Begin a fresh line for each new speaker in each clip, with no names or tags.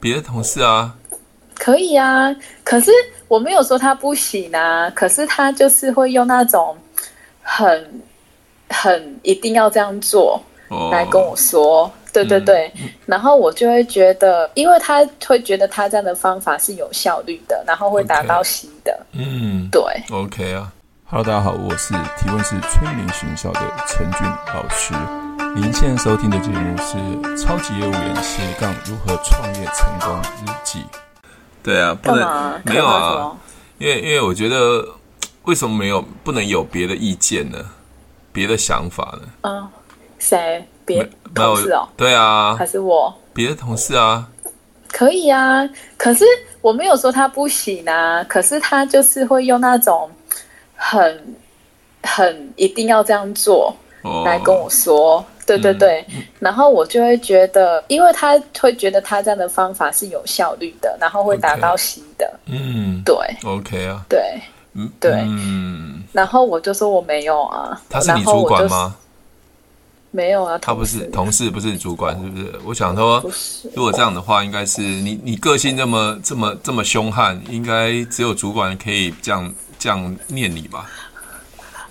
别的同事啊，
可以啊，可是我没有说他不行啊，可是他就是会用那种很很一定要这样做
哦，嗯
来跟我说，对对对，然后我就会觉得，因为他会觉得他这样的方法是有效率的，然后会达
OK
到习的
嗯
对。
，OK 啊，
Hello，大家好，我是提问是催眠学校的陈俊老师。您现在收听的节目是《超级业务员斜杠如何创业成功日记》。
对啊，不
干嘛
能？没有
干嘛什
啊，
么？
因为因为我觉得为什么没有不能有别的意见呢？别的想法呢？
嗯，谁？别
没有
同事哦，
对啊
还，是我？
别的同事啊，
可以啊，可是我没有说他不行啊，可是他就是会用那种很很一定要这样做
哦，嗯
来跟我说，对对对，然后我就会觉得，因为他会觉得他这样的方法是有效率的，然后会达
OK
到习的
嗯
对
，OK 啊，
对，
嗯，
对
嗯，
然后我就说我没有啊，
他是你
然后
主
我就
管吗？
没有啊，
他不
同
是
事
同事，不是主管，是不是？我想说
不，是
如果这样的话，应该是你你个性这么这么这么凶悍，应该只有主管可以这样这样念你吧？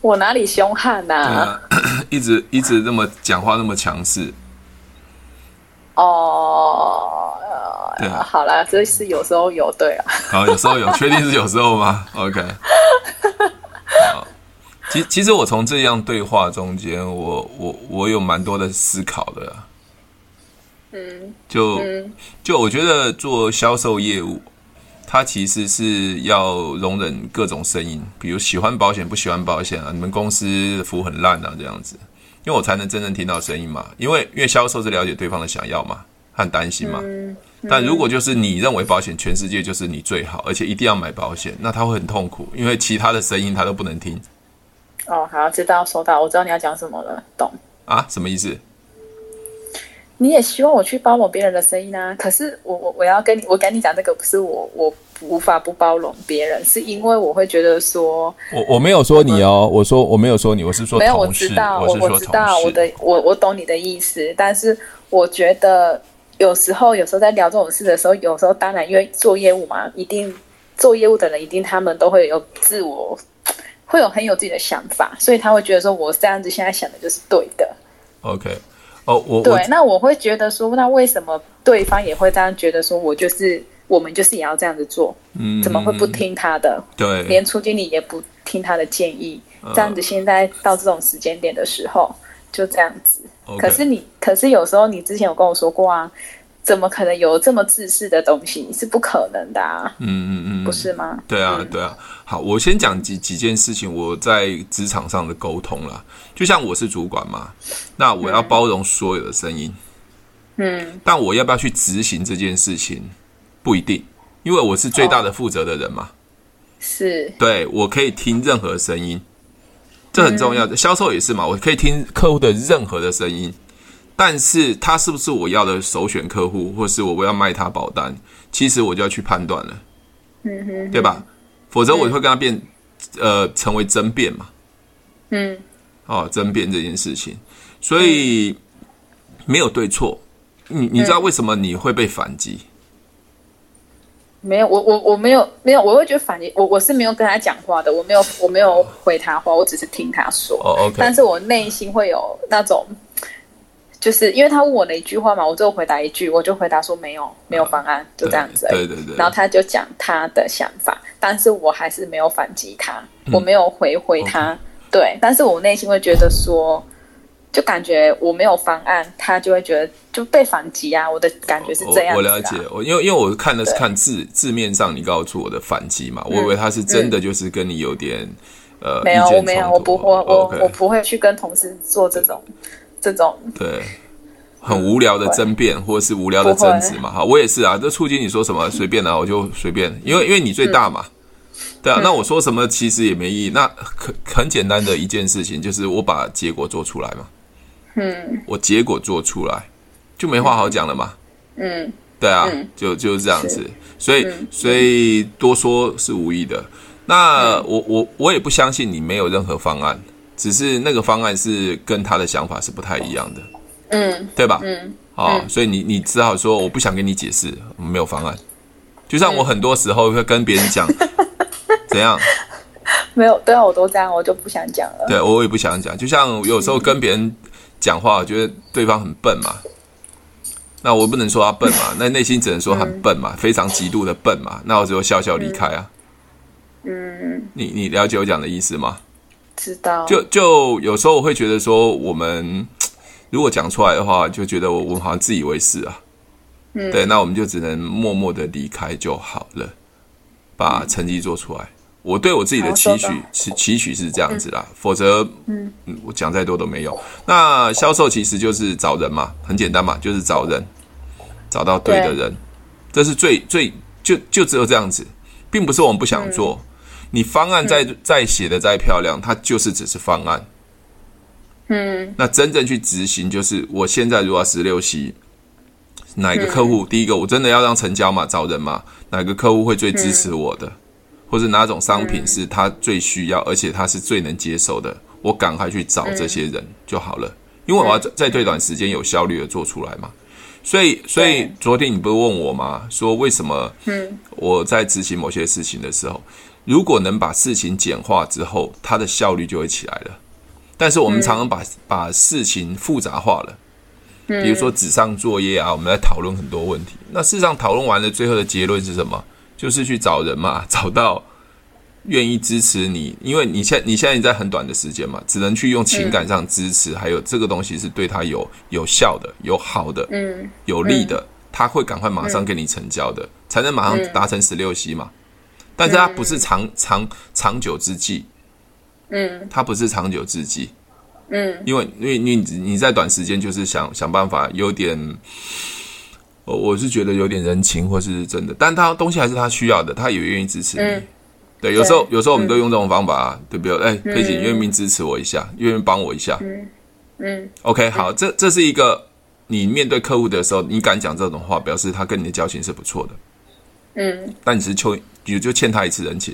我哪里凶悍呐、
对啊， 一直一直那么讲话那么强势，
哦，
对
呃
啊
好啦，这是有时候有对啊，
好，有时候有，确定是有时候吗？OK，好。其其实我从这样对话中间，我我我有蛮多的思考的啦。
嗯
就
嗯
就我觉得做销售业务，它其实是要容忍各种声音，比如喜欢保险不喜欢保险啊，你们公司的服务很烂啊这样子，因为我才能真正听到声音嘛。因为因为销售是了解对方的想要嘛和担心嘛。
嗯
但如果就是你认为保险全世界就是你最好，而且一定要买保险，那他会很痛苦，因为其他的声音他都不能听
哦，好，知道收到，我知道你要讲什么了，懂。
啊，什么意思？
你也希望我去包容别人的声音啊，可是我我我要跟你，我跟你讲这个不是我我无法不包容别人，是因为我会觉得说，
我我没有说你哦，我说我没有说你，我是说
没有，我
同
知
事，
道，我
是说
知
同
道，我
事。
的我我懂你的意思，但是我觉得有时候有时候在聊这种事的时候，有时候当然因为做业务嘛，一定做业务的人一定他们都会有自我，会有很有自己的想法，所以他会觉得说我这样子现在想的就是对的，
OK，哦，我我
对。那我会觉得说，那为什么对方也会这样觉得说我就是我们就是也要这样子做，
嗯
怎么会不听他的？
对嗯
连初经理也不听他的建议，这样子现在到这种时间点的时候就这样子。
OK
可是你，可是有时候你之前有跟我说过啊，怎么可能有这么自私的东西？是不可能的啊，
嗯嗯嗯
不是吗？
对啊，对啊。好，我先讲几几件事情我在职场上的沟通啦。就像我是主管嘛，那我要包容所有的声音，
嗯，
但我要不要去执行这件事情，不一定，因为我是最大的负责的人嘛。
是，
对我可以听任何声音，这很重要
嗯
的。销售也是嘛，我可以听客户的任何的声音，但是他是不是我要的首选客户，或是我要卖他保单，其实我就要去判断了，
嗯哼，
对吧？否则我会跟他变，呃，成为争辩嘛。
嗯
哦，争辩这件事情，所以没有对错。你你
嗯
知道为什么你会被反击？
没有，我我我没有没有，我会觉得反应，我我是没有跟他讲话的，我没有我没有回他话，我只是听他说。
哦，OK，
但是我内心会有那种，就是因为他问我了一句话嘛，我就回答一句，我就回答说没有，没有方案，就这样子
嗯
而已。
对对对
然后他就讲他的想法，但是我还是没有反击他，
嗯
我没有回回他。对，但是我内心会觉得说，就感觉我没有方案，他就会觉得就被反击啊，我的感觉是这
哦
样
我我
子、啊
了解，我因为因为我看的是看字字面上你告诉我的反击嘛，我以为他是真的就是跟你有点、呃
嗯没有，
意见
我没有，我不会，我
o k
我不会去跟同事做这种这种
对。很无聊的争辩，或者是无聊的争执嘛，哈，我也是啊。这促进你说什么随便啊，我就随便，因为因为你最大嘛，对啊。那我说什么其实也没意义。那很很简单的一件事情，就是我把结果做出来嘛，嗯，我结果做出来就没话好讲了嘛，
嗯
对啊，
嗯
就就是这样子，所以、所以多说是无益的。那、我我我也不相信你没有任何方案，只是那个方案是跟他的想法是不太一样的，
嗯
对吧？
嗯
啊，所以你你只好说我不想跟你解释，没有方案。就像我很多时候会跟别人讲，
嗯
怎样，
没有，对啊，我都这样，我就不想讲了。
对我也不想讲。就像有时候跟别人讲话，我觉得对方很笨嘛，那我不能说他笨 嘛，那内心只能说很笨嘛，非常极度的笨嘛，那我只有笑笑离开啊。
嗯，
你你了解我讲的意思吗？
知道。
就就有时候我会觉得说，我们如果讲出来的话，就觉得我我们好像自以为是啊。
嗯
对，那我们就只能默默的离开就好了，把成绩做出来。我对我自己的
嗯好
期
说
许
吧
是期许是这样子啦，否则，嗯，我讲再多都没用。那销售其实就是找人嘛，很简单嘛，就是找人，找到对的
对
人，这是最最就就只有这样子，并不是我们不想
嗯
做。你方案再再写的再漂亮，它就是只是方案。
嗯
那真正去执行，就是我现在如果十六期，哪
嗯
一个客户、第一个我真的要让成交嘛，找人嘛，哪个客户会最支
嗯
持我的，或者哪种商品是他最需要，而且他是最能接受的，我赶快去找这些人就好了，因为我要在在最短时间有效率的做出来嘛。所以，所以
对
昨天你不是问我吗？说为什么
嗯
我在执行某些事情的时候，如果能把事情简化之后，它的效率就会起来了。但是我
嗯
们常常把、把事情复杂化了，
嗯
比如说纸上作业啊，我们在讨论很多问题。那事实上讨论完了，最后的结论是什么？就是去找人嘛， 找到愿意支持你，因为你现你现在在很短的时间嘛，只能去用情感上支持，还有这个东西是对他有有效的、有好的，
嗯嗯
有利的，他会赶快马上跟你成交的，才能马上达成十六息嘛。但是它不是长长长久之计，
嗯
它不是长久之计，
嗯
因为因为你你在短时间就是想想办法，有点，我我是觉得有点人情或是真的，但他东西还是他需要的，他也愿意支持你。
嗯
对，有时候有时候我们都用这种方法、啊，对不对？哎，佩姐，你愿不愿意支持我一下？愿不愿意帮我一下？
嗯
OK，好，这这是一个你面对客户的时候，你敢讲这种话，表示他跟你的交情是不错的，
嗯
但你是欠，你就欠他一次人情，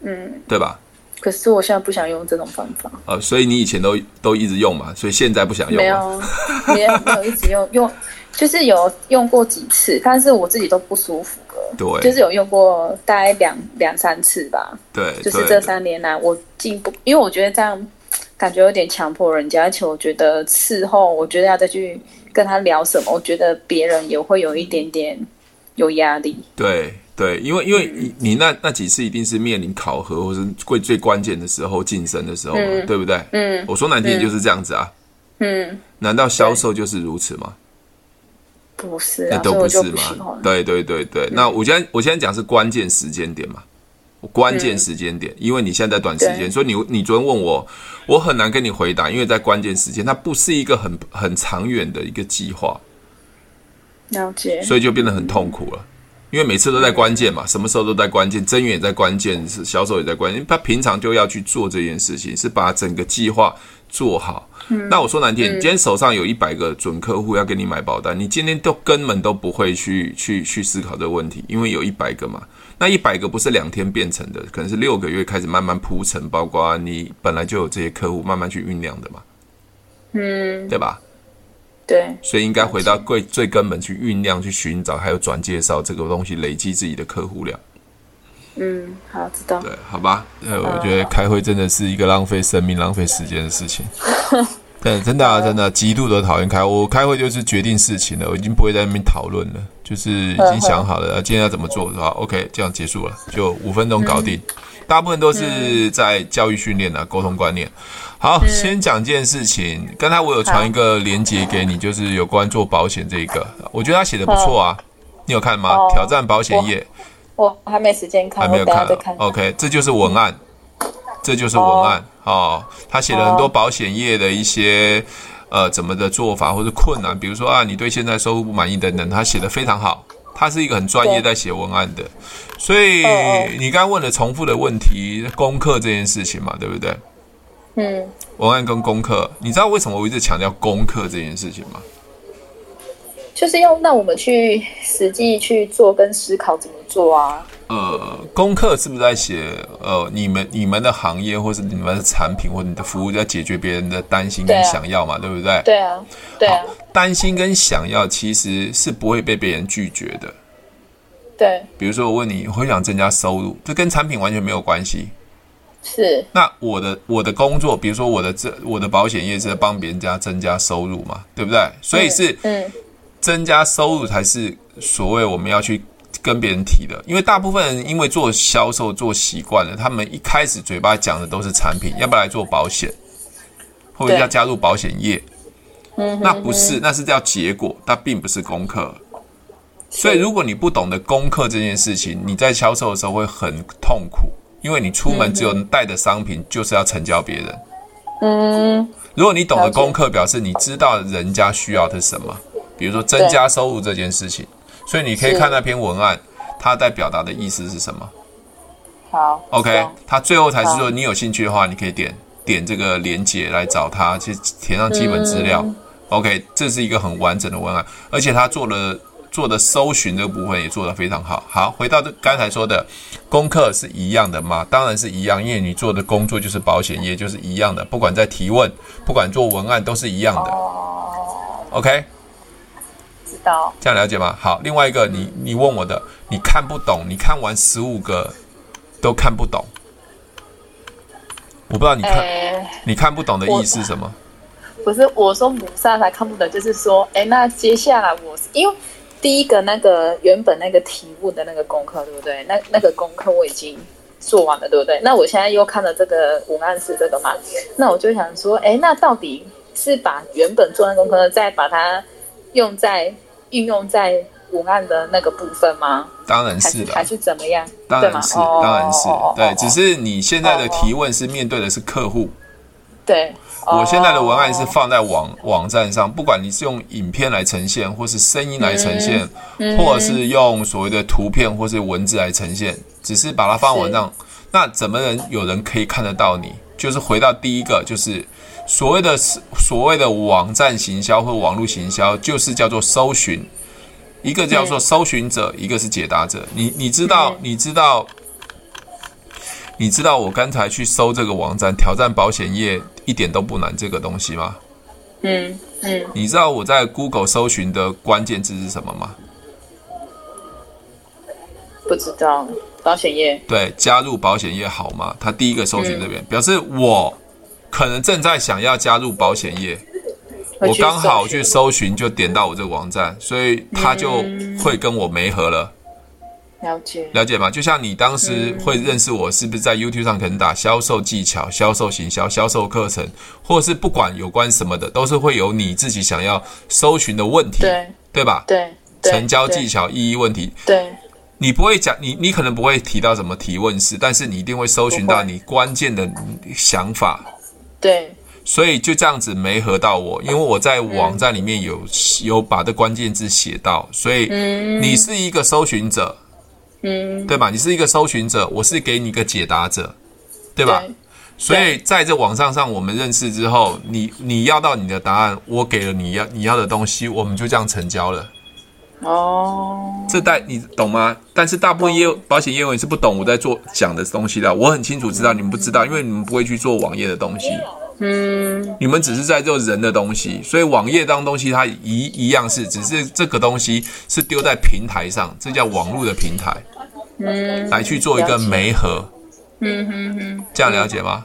嗯。
对吧？
可是我现在不想用这种方法，
呃，所以你以前都都一直用嘛，所以现在不想
没
用嘛。
有，没有，没有一直用 用，就是有用过几次，但是我自己都不舒服了。
对
就是有用过大概两两三次吧，
对，
就是
对
这三年来我进步，因为我觉得这样感觉有点强迫人家，而且我觉得事后我觉得要再去跟他聊什么，我觉得别人也会有一点点有压力。
对对，因为因
嗯
为你你那那几次一定是面临考核或是最最关键的时候晋升的时候嘛，对不对？
嗯
我说难听点就是这样子啊，
嗯，
难道销售就是如此吗？
不是
那
啊，
都
所以我
是
就不喜
嘛
欢。。嗯
对对对对，那我现在我现在讲是关键时间点嘛，关键时间点，因为你现在在短时间，
嗯对
所以你你昨天问我，我很难跟你回答，因为在关键时间，它不是一个很很长远的一个计划，
了解，
所以就变得很痛苦了。因为每次都在关键嘛，什么时候都在关键，增援也在关键，是销售也在关键。他平常就要去做这件事情，是把整个计划做好。那我说难听，你今天手上有一百个准客户要跟你买保单，你今天都根本都不会去去去思考这个问题，因为有一百个嘛。那一百个不是两天变成的，可能是六个月开始慢慢铺陈，包括你本来就有这些客户慢慢去酝酿的嘛，
嗯，
对吧？
对，
所以应该回到最最根本去酝酿、去寻找，还有转介绍这个东西，累积自己的客户量。
嗯，好，知道
对，，好吧。呃，我觉得开会真的是一个浪费生命、浪费时间的事 情。对，真的啊，真的啊、极度的讨厌开会。我开会就是决定事情了，我已经不会在那边讨论了，就是已经想好了，呃今天要怎么做的话，OK，这样结束了，就五分钟搞定。大部分都是在教育训练啊，沟通观念。好，先讲件事情。刚才我有传一个链接给你，就是有关做保险这一个，我觉得他写的不错啊。你有看吗
哦？
挑战保险业。
我哦还没时间看，
还
我
没有
等下
看啊
再看。
OK，这就是文案，这就是文案
嗯
哦。他写了很多保险业的一些呃怎么的做法或者困难，比如说啊，你对现在收入不满意等等，他写的非常好。他是一个很专业
对
在写文案的，所以
哦哦
你刚刚问了重复的问题，功课这件事情嘛，对不对？
嗯，
文案跟功课，你知道为什么我一直强调功课这件事情吗？
就是要让我们去实际去做跟思考怎么做啊。
呃，功课是不是在写呃，你们你们的行业，或是你们的产品，或你的服务，在解决别人的担心
对
跟
啊
想要嘛，对不对？
对啊，对啊，
好，担心跟想要其实是不会被别人拒绝的。
对，
比如说，我问你，我想增加收入，这跟产品完全没有关系。
是，
那我的我的工作，比如说我的这我的保险业是在帮别人家增加收入嘛，对不对？所以是
嗯，
增加收入才是所谓我们要去跟别人提的，因为大部分人因为做销售做习惯了，他们一开始嘴巴讲的都是产品，要不然来做保险，或者
对
要加入保险业，那不是，那是叫结果，那并不是功课。所以，如果你不懂得功课这件事情，你在销售的时候会很痛苦，因为你出门只有带的商品就是要成交别人。
嗯，
如果你懂得
了解
功课，表示你知道人家需要的是什么，比如说增加收入这件事情，所以你可以
是
看那篇文案，它在表达的意思是什么。
好
OK，
懂
它最后才是说
好
你有兴趣的话，你可以点点这个连接来找他，去填上基本资料。OK，这是一个很完整的文案，而且他做了做的搜寻这个部分也做得非常好。好，回到这刚才说的功课是一样的吗？当然是一样，因为你做的工作就是保险业，就是一样的，不管在提问，不管做文案，都是一样的。
哦，
OK，
知 道，
这样了解吗？好，另外一个你你问我的，你看不懂，你看完十五个都看不懂，我不知道你看、
哎。
你看不懂的意思是什么？
不是我说母萨才看不懂，就是说，哎，那接下来我是因为第一个那个原本那个题目的那个功课，对不对？那那个功课我已经做完了，对不对？那我现在又看了这个文案是这个嘛，那我就想说，哎，那到底是把原本做那个功课，再把它用在运用在文案的那个部分吗？
当然
还
是的
还，是怎么样？
当
对吗
然是，
哦
当然是
哦哦，
对
哦，
只是你现在的提问是面对的是客户，
对。
我现在的文案是
哦
放在网网站上，不管你是用影片来呈现，或是声音来呈现，
嗯
或者是用所谓的图片或是文字来呈现，只是把它放在网上，那怎么人有人可以看得到你？就是回到第一个，就是所谓的所谓的网站行销或网络行销，就是叫做搜寻，一个叫做搜寻者，一个是解答者。你你知道，你知道。你知道我刚才去搜这个网站挑战保险业一点都不难这个东西吗？
嗯嗯，
你知道我在 Google 搜寻的关键字是什么吗？
不知道保险业
对，加入保险业好吗？它第一个搜寻这边、
嗯
表示我可能正在想要加入保险业，
会
我刚好
搜
去
寻
搜寻就点到我这个网站，所以它就会跟我媒合
嗯
了。
了解。
了解吗？就像你当
嗯
时会认识我，是不是在 YouTube 上可能打销售技巧、销售行销、销售课程，或者是不管有关什么的，都是会有你自己想要搜寻的问题，
对
吧？
对，对
成交技巧、意义问题，
对
你不会讲，你你可能不会提到什么提问式，但是你一定会搜寻
不
到
会
你关键的想法，
对
所以就这样子没合到我，因为我在
嗯
网站里面有有把这关键字写到，所以
嗯
你是一个搜寻者，嗯，对吧？你是一个搜寻者，我是给你一个解答者，对
对
吧？所以在这网站上我们认识之后，你你要到你的答案，我给了你要你要的东西，我们就这样成交了。
哦，
这代你懂吗？但是大部分业务保险业务你是不懂我在做讲的东西的，我很清楚知道你们不知道，因为你们不会去做网页的东西。
嗯，
你们只是在做人的东西，所以网页当东西它一一样是，只是这个东西是丢在平台上，这叫网络的平台，嗯，来去做一个
了解
媒合，嗯哼哼，这样了解吗？